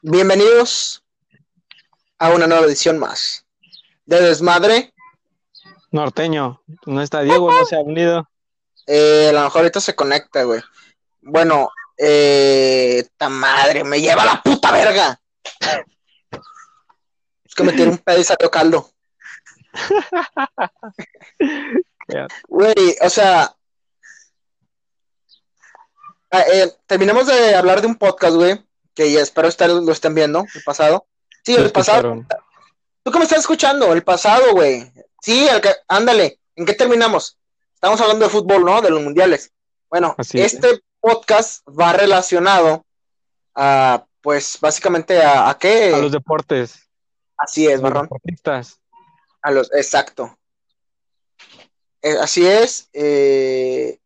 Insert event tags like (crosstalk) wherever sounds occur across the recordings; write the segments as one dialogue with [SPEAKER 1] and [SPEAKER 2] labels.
[SPEAKER 1] Bienvenidos a una nueva edición más de Desmadre.
[SPEAKER 2] Norteño, no está Diego, no se ha unido.
[SPEAKER 1] Eh, a lo mejor ahorita se conecta, güey. Bueno, eh, ta madre, me lleva la puta verga. Es que me tiré un pedo y salió caldo.
[SPEAKER 2] Ya.
[SPEAKER 1] Güey, o sea. ah, eh, terminamos de hablar de un podcast, güey. Que ya espero estar, lo estén viendo, el pasado. Sí, el
[SPEAKER 2] Lo
[SPEAKER 1] pasado.
[SPEAKER 2] escucharon.
[SPEAKER 1] ¿Tú cómo estás escuchando? El pasado, güey. Sí, el que- ándale. ¿En qué terminamos? Estamos hablando de fútbol, ¿no? De los mundiales. Bueno,
[SPEAKER 2] Así es.
[SPEAKER 1] este podcast va relacionado a, pues, básicamente a, a qué.
[SPEAKER 2] A los deportes.
[SPEAKER 1] Así es,
[SPEAKER 2] a los
[SPEAKER 1] Barrón.
[SPEAKER 2] deportistas.
[SPEAKER 1] A los, exacto. Eh, así es. eh.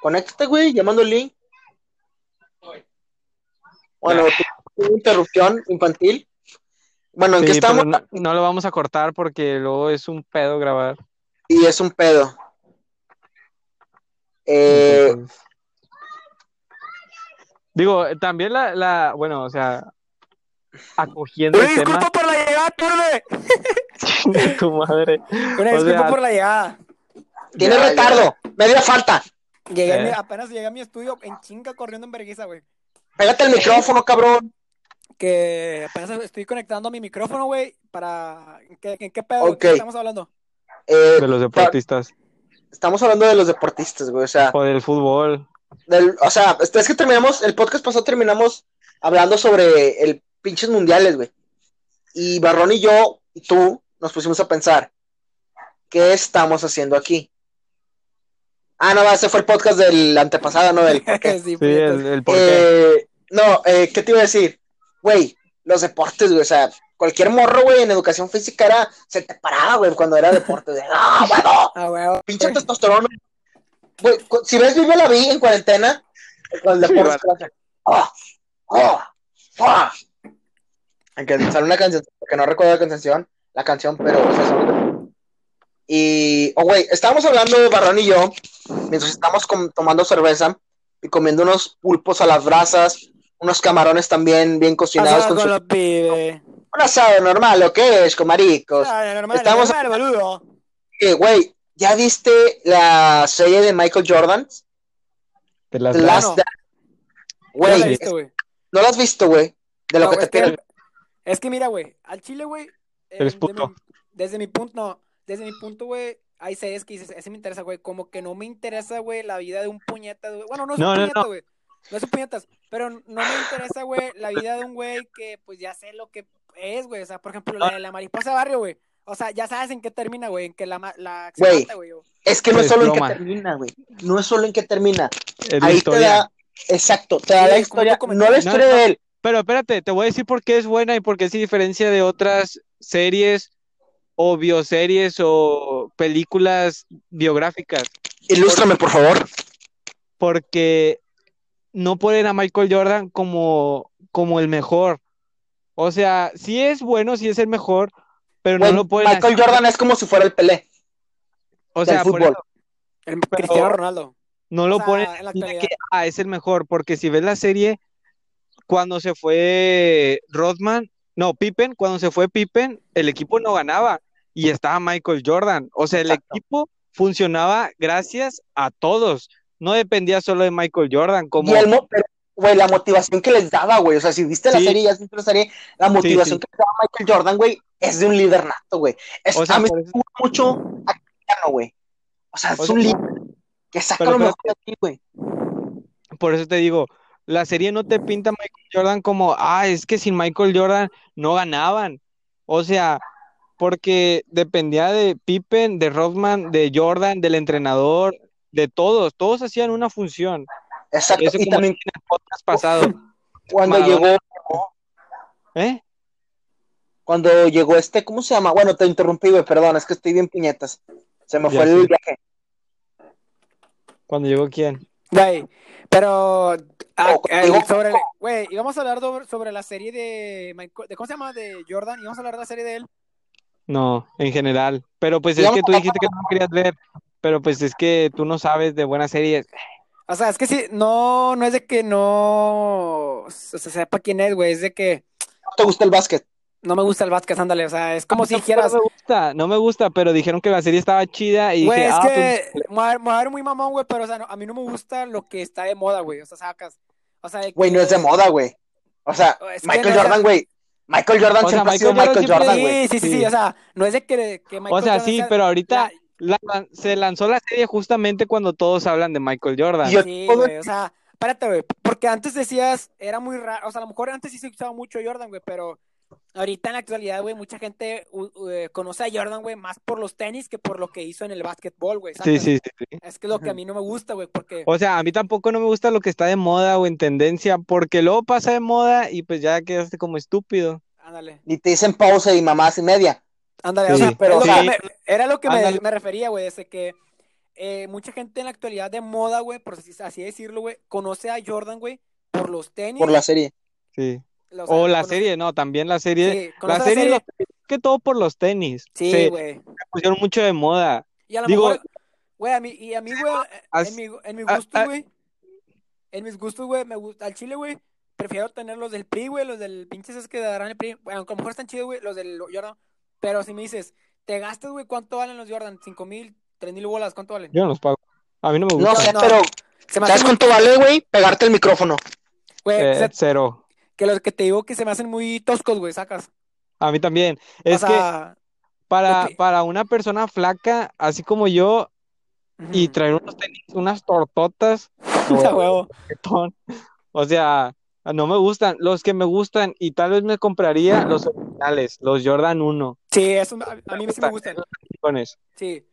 [SPEAKER 1] Conéctate, güey, llamando el link. Bueno, tu- tu interrupción infantil. Bueno, ¿en
[SPEAKER 2] Sí,
[SPEAKER 1] qué
[SPEAKER 2] pero
[SPEAKER 1] estamos?
[SPEAKER 2] no, no lo vamos a cortar porque luego es un pedo grabar.
[SPEAKER 1] Y es un pedo. Eh,
[SPEAKER 2] Entonces- Digo, también la, la, bueno, o sea, acogiendo el tema,
[SPEAKER 3] por la llegada tarde.
[SPEAKER 2] (laughs) chinga tu madre.
[SPEAKER 3] Una
[SPEAKER 2] O
[SPEAKER 3] disculpa
[SPEAKER 2] sea,
[SPEAKER 3] por la llegada.
[SPEAKER 1] tiene
[SPEAKER 2] ya,
[SPEAKER 1] retardo, media falta.
[SPEAKER 3] Llegué a mi-
[SPEAKER 2] Eh.
[SPEAKER 3] apenas llegué a mi estudio en chinga corriendo en vergüenza, güey.
[SPEAKER 1] Pégate el micrófono, cabrón.
[SPEAKER 3] Que apenas estoy conectando mi micrófono, güey, para... ¿Qué, qué, qué pedo?
[SPEAKER 1] Ok.
[SPEAKER 3] ¿Qué estamos hablando?
[SPEAKER 1] Eh,
[SPEAKER 2] De los deportistas
[SPEAKER 1] estamos hablando de los deportistas, güey. O sea,
[SPEAKER 2] o del fútbol.
[SPEAKER 1] del- o sea, es es que terminamos, el podcast pasado terminamos hablando sobre el pinches mundiales, güey. Y Barrón y yo, y tú, nos pusimos a pensar, ¿qué estamos haciendo aquí? Ah, no, va, ese fue el podcast del antepasado, ¿no? Del
[SPEAKER 2] (laughs)
[SPEAKER 1] por qué.
[SPEAKER 3] sí, pues,
[SPEAKER 2] Sí,
[SPEAKER 3] puñetas.
[SPEAKER 2] el, el por qué.
[SPEAKER 1] Eh, no, eh, ¿qué te iba a decir? Güey, los deportes, güey, o sea, cualquier morro, güey, en educación física era, se te paraba, güey, (laughs) cuando era deporte, de, ah, bueno,
[SPEAKER 3] Ah, güey.
[SPEAKER 1] pinche testosterona. Güey, cu- si ves, yo ya la vi en cuarentena, con el deporte,
[SPEAKER 2] Sí,
[SPEAKER 1] clase. Ah, ah, ah. Aunque sale una canción, que no recuerdo la canción, la canción, pero, o sea, son- Y, oh, güey, estábamos hablando, Barrón y yo, mientras estábamos com- tomando cerveza y comiendo unos pulpos a las brasas, unos camarones también bien cocinados
[SPEAKER 3] Pasaba
[SPEAKER 1] con
[SPEAKER 3] con
[SPEAKER 1] su...
[SPEAKER 3] los pibes.
[SPEAKER 1] Un asado normal, ¿o qué es, comaricos?
[SPEAKER 3] Ah, normal,
[SPEAKER 1] Estamos-
[SPEAKER 3] normal, boludo.
[SPEAKER 1] Eh, güey, ¿ya viste la serie de Michael Jordan?
[SPEAKER 2] de las
[SPEAKER 1] The
[SPEAKER 2] das.
[SPEAKER 1] Last
[SPEAKER 3] no.
[SPEAKER 1] Dance.
[SPEAKER 3] Ya la
[SPEAKER 1] Güey,
[SPEAKER 3] viste, güey.
[SPEAKER 1] no la has visto, güey. De lo
[SPEAKER 3] No,
[SPEAKER 1] que
[SPEAKER 3] güey,
[SPEAKER 1] te
[SPEAKER 3] es que-
[SPEAKER 1] pierdes.
[SPEAKER 3] Es que mira, güey, al Chile, güey. eh,
[SPEAKER 2] Eres
[SPEAKER 3] de
[SPEAKER 2] puto.
[SPEAKER 3] mi- desde mi punto, no, desde mi punto, güey, hay series que dices, ese me interesa, güey. Como que no me interesa, güey, la vida de un puñeta, güey. Bueno, no es
[SPEAKER 2] No,
[SPEAKER 3] un
[SPEAKER 2] no,
[SPEAKER 3] puñeta,
[SPEAKER 2] no.
[SPEAKER 3] güey. No es un puñetas, pero no me interesa, güey, la vida de un güey que, pues, ya sé lo que es, güey. O sea, por ejemplo,
[SPEAKER 2] Ah.
[SPEAKER 3] la de la mariposa barrio, güey. O sea, ya sabes en qué termina, güey, en que la, ma- la se
[SPEAKER 1] Güey.
[SPEAKER 3] mata, güey. o-
[SPEAKER 1] Es que no es
[SPEAKER 2] Se
[SPEAKER 1] solo en
[SPEAKER 2] desploma.
[SPEAKER 1] qué termina, güey. No es solo en qué termina.
[SPEAKER 2] Es la
[SPEAKER 1] Ahí te
[SPEAKER 2] historia.
[SPEAKER 1] da. Exacto, te da
[SPEAKER 3] Sí,
[SPEAKER 1] la
[SPEAKER 3] como
[SPEAKER 1] historia.
[SPEAKER 3] tú
[SPEAKER 1] No la
[SPEAKER 3] comentaste.
[SPEAKER 1] historia
[SPEAKER 2] No, no.
[SPEAKER 1] de él.
[SPEAKER 2] Pero espérate, te voy a decir por qué es buena y por qué se diferencia de otras series o bioseries o películas biográficas.
[SPEAKER 1] Ilústrame, por favor.
[SPEAKER 2] porque no ponen a Michael Jordan como, como el mejor. O sea, sí es bueno, sí es el mejor, pero
[SPEAKER 1] Güey,
[SPEAKER 2] no lo pueden
[SPEAKER 1] Pues Michael
[SPEAKER 2] hacer.
[SPEAKER 1] Jordan es como si fuera el Pelé.
[SPEAKER 2] o
[SPEAKER 1] del
[SPEAKER 2] sea, por
[SPEAKER 1] fútbol.
[SPEAKER 2] eso,
[SPEAKER 3] El
[SPEAKER 2] Pero-
[SPEAKER 3] Cristiano Ronaldo.
[SPEAKER 2] no lo
[SPEAKER 3] O sea,
[SPEAKER 2] ponen
[SPEAKER 3] en la
[SPEAKER 2] de
[SPEAKER 3] actualidad.
[SPEAKER 2] que ah, es el mejor, porque si ves la serie, cuando se fue Rodman, no, Pippen, cuando se fue Pippen, el equipo no ganaba y estaba Michael Jordan. O sea, el
[SPEAKER 1] Exacto.
[SPEAKER 2] equipo funcionaba gracias a todos. No dependía solo de Michael Jordan, como
[SPEAKER 1] Y el mo- pero, güey, la motivación que les daba, güey. O sea, si viste la
[SPEAKER 2] Sí.
[SPEAKER 1] serie, ya has visto la serie, la motivación
[SPEAKER 2] sí.
[SPEAKER 1] que les daba Michael Jordan, güey, es de un líder nato, güey. Es-
[SPEAKER 2] O sea,
[SPEAKER 1] a mí
[SPEAKER 2] por
[SPEAKER 1] me
[SPEAKER 2] eso-
[SPEAKER 1] gusta mucho a Cristiano, güey. O sea, es
[SPEAKER 2] O sea,
[SPEAKER 1] un líder que saca
[SPEAKER 2] pero
[SPEAKER 1] lo mejor de ti, güey.
[SPEAKER 2] Por eso te digo, la serie no te pinta a Michael Jordan como, ah, es que sin Michael Jordan no ganaban. O sea, porque dependía de Pippen, de Rodman, de Jordan, del entrenador, de todos. Todos hacían una función.
[SPEAKER 1] Exacto.
[SPEAKER 2] Eso
[SPEAKER 1] Y
[SPEAKER 2] como
[SPEAKER 1] también
[SPEAKER 2] en el podcast pasado.
[SPEAKER 1] cuando
[SPEAKER 2] Maradona.
[SPEAKER 1] llegó,
[SPEAKER 2] ¿Eh?
[SPEAKER 1] cuando llegó este, ¿cómo se llama? Bueno, te interrumpí, güey, perdón, es que estoy bien puñetas. Se me
[SPEAKER 2] Ya
[SPEAKER 1] fue el
[SPEAKER 2] sé.
[SPEAKER 1] viaje.
[SPEAKER 2] Cuando llegó quién.
[SPEAKER 3] Güey, pero ah,
[SPEAKER 1] Oh,
[SPEAKER 3] eh,
[SPEAKER 1] digo-
[SPEAKER 3] sobre, güey, íbamos a hablar sobre, sobre la serie de, Michael- de- ¿cómo se llama? De Jordan, íbamos a hablar de la serie de él.
[SPEAKER 2] No, en general. Pero pues es
[SPEAKER 1] Digamos
[SPEAKER 2] que tú
[SPEAKER 1] que-
[SPEAKER 2] dijiste que no querías ver. Pero pues es que tú no sabes de buenas series.
[SPEAKER 3] O sea, es que sí, no, no es de que no, o sea, sepa quién es, güey, es de que
[SPEAKER 1] ¿No te gusta el básquet?
[SPEAKER 3] no me gusta el Vázquez, ándale, o sea, es como si
[SPEAKER 2] No,
[SPEAKER 3] dijeras,
[SPEAKER 2] No me gusta, no me gusta, pero dijeron que la serie estaba chida y
[SPEAKER 3] güey,
[SPEAKER 2] dije,
[SPEAKER 3] es
[SPEAKER 2] ah, pues,
[SPEAKER 3] que me va a ver- me va a ver muy mamón, güey, pero, o sea, no- a mí no me gusta lo que está de moda, güey, o sea, sacas, o sea, de
[SPEAKER 1] Güey, no es de
[SPEAKER 3] que-
[SPEAKER 1] moda, güey. O sea,
[SPEAKER 3] Es que
[SPEAKER 1] Michael
[SPEAKER 3] no es-
[SPEAKER 1] Jordan, güey. Michael Jordan
[SPEAKER 2] O sea,
[SPEAKER 1] siempre ha sido
[SPEAKER 2] Michael
[SPEAKER 1] Michael
[SPEAKER 2] Jordan
[SPEAKER 1] Jordan,
[SPEAKER 3] Sí,
[SPEAKER 1] güey.
[SPEAKER 3] sí, sí,
[SPEAKER 2] Sí.
[SPEAKER 3] sí, o sea, no es de que, que
[SPEAKER 2] o
[SPEAKER 3] Michael
[SPEAKER 2] sea,
[SPEAKER 3] Jordan
[SPEAKER 2] sí,
[SPEAKER 3] sea-
[SPEAKER 2] pero ahorita
[SPEAKER 3] la-
[SPEAKER 2] la- se lanzó la serie justamente cuando todos hablan de Michael Jordan.
[SPEAKER 1] Y yo-
[SPEAKER 3] Sí,
[SPEAKER 1] todo
[SPEAKER 3] güey, o sea, espérate, güey, porque antes decías, era muy raro, o sea, a lo mejor antes sí se escuchaba mucho Jordan, güey, pero ahorita en la actualidad, güey, mucha gente u- u- eh, conoce a Jordan, güey, más por los tenis que por lo que hizo en el básquetbol, güey,
[SPEAKER 2] Sí,
[SPEAKER 3] ¿sacas?
[SPEAKER 2] sí, sí, sí.
[SPEAKER 3] Es que es lo que a mí no me gusta, güey, porque...
[SPEAKER 2] O sea, a mí tampoco no me gusta lo que está de moda o en tendencia, porque luego pasa de moda y pues ya quedaste como estúpido.
[SPEAKER 3] Ándale,
[SPEAKER 1] Y te dicen pausa y mamás y media.
[SPEAKER 3] ándale,
[SPEAKER 2] Sí,
[SPEAKER 3] o sea, pero
[SPEAKER 1] sí.
[SPEAKER 3] era lo que me,
[SPEAKER 2] Ándale.
[SPEAKER 3] me refería, güey, desde que eh, mucha gente en la actualidad de moda, güey, por así, así decirlo, güey, conoce a Jordan, güey, por los tenis.
[SPEAKER 1] Por la serie.
[SPEAKER 2] Sí.
[SPEAKER 3] la-
[SPEAKER 2] O la
[SPEAKER 3] conoce-
[SPEAKER 2] serie, no, también la serie.
[SPEAKER 3] Sí,
[SPEAKER 2] La
[SPEAKER 3] conoce
[SPEAKER 2] serie, y los tenis, que todo por los tenis.
[SPEAKER 3] Sí,
[SPEAKER 2] se
[SPEAKER 3] güey.
[SPEAKER 2] pusieron mucho de moda.
[SPEAKER 3] Y a lo
[SPEAKER 2] Digo-
[SPEAKER 3] mejor, güey, a mí, y a mí, güey,
[SPEAKER 2] as-
[SPEAKER 3] en mi, en mi
[SPEAKER 2] a-
[SPEAKER 3] gusto,
[SPEAKER 2] a-
[SPEAKER 3] güey, en mis gustos, güey, me gusta, al chile, güey, prefiero tener los del PRI, güey, los del pinche esos que darán el PRI, bueno, aunque a lo mejor están chidos, güey, los del Jordan, pero si me dices, te gastas, güey, ¿cuánto valen los Jordan? ¿Cinco mil? ¿Tres mil bolas? ¿Cuánto valen?
[SPEAKER 2] Yo no los pago. A mí no me
[SPEAKER 1] No
[SPEAKER 2] gustan.
[SPEAKER 1] sé,
[SPEAKER 3] no.
[SPEAKER 1] pero
[SPEAKER 3] Se me
[SPEAKER 1] ¿sabes
[SPEAKER 3] hacen, muy-
[SPEAKER 1] cuánto vale, güey? Pegarte el micrófono.
[SPEAKER 3] güey,
[SPEAKER 2] Eh,
[SPEAKER 3] se-
[SPEAKER 2] cero.
[SPEAKER 3] que los que te digo que se me hacen muy toscos, güey, sacas.
[SPEAKER 2] A mí también.
[SPEAKER 3] O
[SPEAKER 2] Es que
[SPEAKER 3] sea,
[SPEAKER 2] para,
[SPEAKER 3] lo que-
[SPEAKER 2] para una persona flaca, así como yo, y
[SPEAKER 3] ujú, (laughs)
[SPEAKER 2] traer unos tenis, unas tortotas,
[SPEAKER 3] a huevo.
[SPEAKER 2] ton- o sea, no me gustan. Los que me gustan, y tal vez me compraría los originales, los Jordan 1.
[SPEAKER 3] Sí, eso, a, a mí sí me gustan,
[SPEAKER 2] millones.
[SPEAKER 3] sí.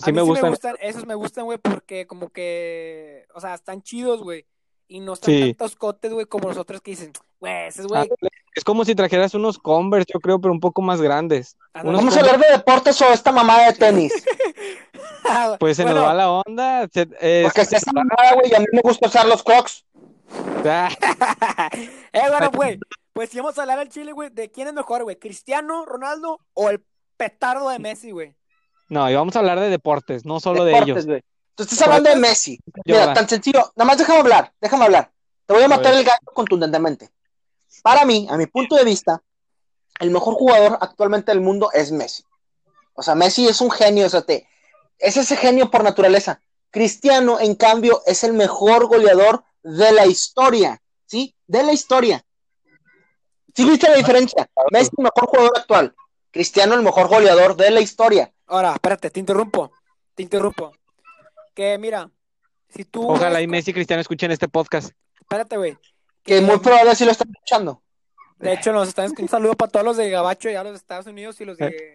[SPEAKER 3] A
[SPEAKER 2] Sí
[SPEAKER 3] mí
[SPEAKER 2] me gustan.
[SPEAKER 3] esos me gustan, güey, porque como que, o sea, están chidos, güey. Y no están
[SPEAKER 2] Sí.
[SPEAKER 3] tantos cotes, güey, como los otros que dicen, güey, ese es, güey.
[SPEAKER 2] Es como si trajeras unos Converse, yo creo, pero un poco más grandes.
[SPEAKER 3] ándale".
[SPEAKER 2] unos
[SPEAKER 1] ¿Vamos a hablar de deportes o esta mamada de
[SPEAKER 2] (laughs)
[SPEAKER 1] tenis?
[SPEAKER 2] Pues se
[SPEAKER 3] Bueno,
[SPEAKER 2] nos va la onda. se- (laughs) eh,
[SPEAKER 1] Porque si esa mamada, güey, a mí me gusta usar los crocs.
[SPEAKER 2] ah,
[SPEAKER 3] (laughs) eh, bueno, güey, pues si vamos a hablar al Chile, güey, de quién es mejor, güey, Cristiano Ronaldo o el petardo de Messi, güey.
[SPEAKER 2] no, y vamos a hablar de deportes, no solo de
[SPEAKER 1] Deportes,
[SPEAKER 2] ellos.
[SPEAKER 1] güey. Tú estás hablando de Messi. Mira,
[SPEAKER 2] Jordan.
[SPEAKER 1] tan sencillo. Nada más déjame hablar, déjame hablar. Te voy a matar
[SPEAKER 2] ver.
[SPEAKER 1] el gato contundentemente. Para mí, a mi punto de vista, el mejor jugador actualmente del mundo es Messi. O sea, Messi es un genio, o sea, te- es ese genio por naturaleza. Cristiano, en cambio, es el mejor goleador de la historia, ¿sí? De la historia. ¿Sí viste la diferencia? Messi, el mejor jugador actual. Cristiano, el mejor goleador de la historia.
[SPEAKER 3] Ahora, espérate, te interrumpo, te interrumpo. Que mira, si tú...
[SPEAKER 2] Ojalá y
[SPEAKER 3] ves-
[SPEAKER 2] Messi y Cristiano escuchen este podcast.
[SPEAKER 3] Espérate, güey.
[SPEAKER 1] Que muy probable sí lo están escuchando.
[SPEAKER 3] De hecho, nos están escuchando. Un saludo para todos los de Gabacho, ya los de Estados Unidos y
[SPEAKER 1] (laughs)
[SPEAKER 3] los de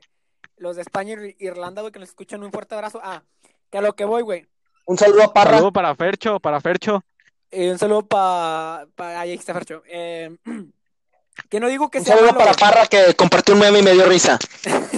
[SPEAKER 3] los de España y Irlanda, güey, que nos escuchan un fuerte abrazo. Ah, que a lo que voy, güey.
[SPEAKER 1] Un saludo a Parra.
[SPEAKER 2] Saludo para Fercho, para Fercho.
[SPEAKER 3] Eh, un saludo para. Pa, ahí está Fercho. Eh, (clears throat) que no digo que
[SPEAKER 1] Un
[SPEAKER 3] sea
[SPEAKER 1] saludo
[SPEAKER 3] malo,
[SPEAKER 1] para
[SPEAKER 3] güey.
[SPEAKER 1] Parra que compartió un meme y me dio risa.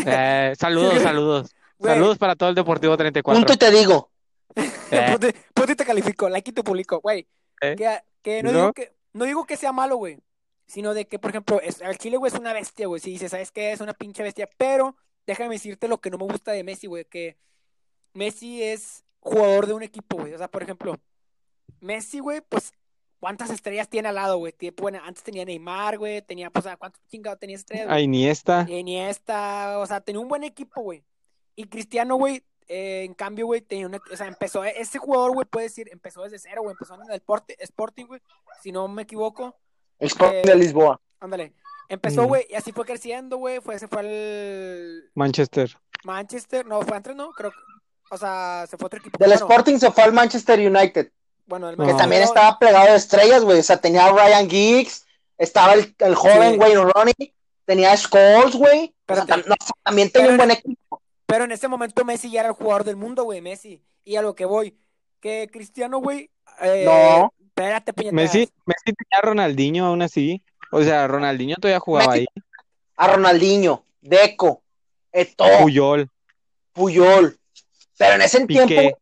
[SPEAKER 2] Eh, saludos, saludos.
[SPEAKER 3] Güey,
[SPEAKER 2] Saludos para todo el Deportivo
[SPEAKER 1] Punto
[SPEAKER 2] 34.
[SPEAKER 1] y te digo.
[SPEAKER 3] (laughs)
[SPEAKER 2] Eh.
[SPEAKER 3] ponte- ponte y pues te califico, like y te publico, güey.
[SPEAKER 2] Eh.
[SPEAKER 3] Que, que no,
[SPEAKER 2] ¿No?
[SPEAKER 3] Digo que no digo que sea malo, güey. Sino de que, por ejemplo, es, el Chile, güey, es una bestia, güey. Si dices, ¿sabes qué? Es una pinche bestia. Pero déjame decirte lo que no me gusta de Messi, güey. Que Messi es jugador de un equipo, güey. O sea, por ejemplo, Messi, güey, pues, ¿cuántas estrellas tiene al lado, güey? Tiene- Bueno, antes tenía Neymar, güey. Tenía, pues, ¿cuántos chingados tenía estrellas? güey?
[SPEAKER 2] A
[SPEAKER 1] Ah.
[SPEAKER 2] Iniesta.
[SPEAKER 3] Iniesta, o sea, tenía un buen equipo, güey. Y Cristiano, güey, eh, en cambio, güey, tenía una, o sea, empezó, e, ese jugador, güey, puede decir, empezó desde cero, güey, empezó en el porte- Sporting, güey, si no me equivoco,
[SPEAKER 1] Sporting
[SPEAKER 3] Eh,
[SPEAKER 1] de Lisboa.
[SPEAKER 3] ándale. Empezó,
[SPEAKER 2] Mm.
[SPEAKER 3] güey, y así fue creciendo, güey, fue, se fue al
[SPEAKER 2] Manchester.
[SPEAKER 3] Manchester, no, fue antes, no, creo, que- o sea, se fue a otro equipo.
[SPEAKER 1] Del
[SPEAKER 3] bueno,
[SPEAKER 1] Sporting se fue al Manchester United,
[SPEAKER 3] bueno, del
[SPEAKER 1] que
[SPEAKER 2] que Ah.
[SPEAKER 3] Manchester,
[SPEAKER 1] también
[SPEAKER 3] no,
[SPEAKER 1] estaba plegado de estrellas, güey. O sea, tenía a Ryan Giggs, estaba el, el joven
[SPEAKER 3] Sí.
[SPEAKER 1] Wayne Rooney, tenía a Scholes, güey. O sea,
[SPEAKER 3] Espérate.
[SPEAKER 1] tam- no, o sea, también tenía
[SPEAKER 3] Pero-
[SPEAKER 1] un buen equipo.
[SPEAKER 3] Pero en ese momento Messi ya era el jugador del mundo, güey, Messi. Y a lo que voy, que Cristiano, güey, eh,
[SPEAKER 1] No.
[SPEAKER 3] espérate, puñetas.
[SPEAKER 2] Messi, Messi tenía a Ronaldinho aún así. O sea, Ronaldinho todavía jugaba
[SPEAKER 1] Messi-
[SPEAKER 2] ahí.
[SPEAKER 1] A Ronaldinho, Deco, Eto'o,
[SPEAKER 2] Puyol.
[SPEAKER 1] Puyol. Pero en ese
[SPEAKER 2] Piqué.
[SPEAKER 1] tiempo,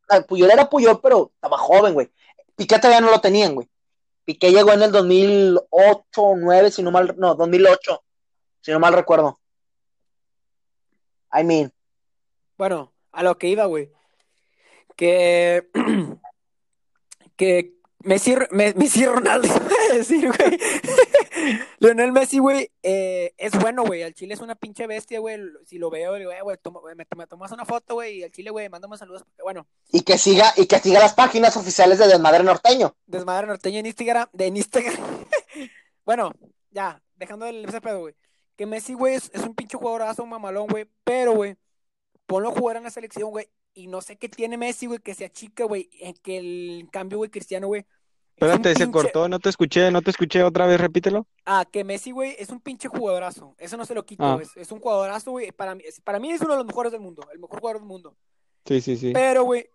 [SPEAKER 1] güey, Puyol era Puyol, pero estaba joven, güey. Piqué todavía no lo tenían, güey. Piqué llegó en el 2008, 2009, si no mal, no, 2008, si no mal recuerdo. I mean,
[SPEAKER 3] Bueno, a lo que iba, güey. Que. (clears throat) que Messi, Me- Messi Ronaldo, (laughs) iba a decir, güey. (laughs) Lionel Messi, güey, eh, es bueno, güey. Al Chile es una pinche bestia, güey. Si lo veo, le digo, eh, güey, toma- güey, me, me tomas una foto, güey. Y al Chile, güey, mándame saludos. porque, Bueno,
[SPEAKER 1] Y que siga, y que siga las páginas oficiales de Desmadre Norteño.
[SPEAKER 3] desmadre norteño en Instagram, de en Instagram. (laughs) bueno, ya, dejando el ese pedo, güey. Que Messi, güey, es, es un pinche jugadorazo, un mamalón, güey. Pero, güey, ponlo a jugar en la selección, güey. Y no sé qué tiene Messi, güey, que se achica, güey. En que el en cambio, güey, Cristiano, güey. es un
[SPEAKER 2] Espérate, se
[SPEAKER 3] (laughs) pinche-
[SPEAKER 2] cortó, no te escuché, no te escuché otra vez, repítelo.
[SPEAKER 3] Ah, que Messi, güey, es un pinche jugadorazo. Eso no se lo quito,
[SPEAKER 2] Ah.
[SPEAKER 3] güey. Es, es un jugadorazo, güey. Para mí, es- para mí es uno de los mejores del mundo. El mejor jugador del mundo.
[SPEAKER 2] Sí, sí, sí.
[SPEAKER 3] Pero, güey,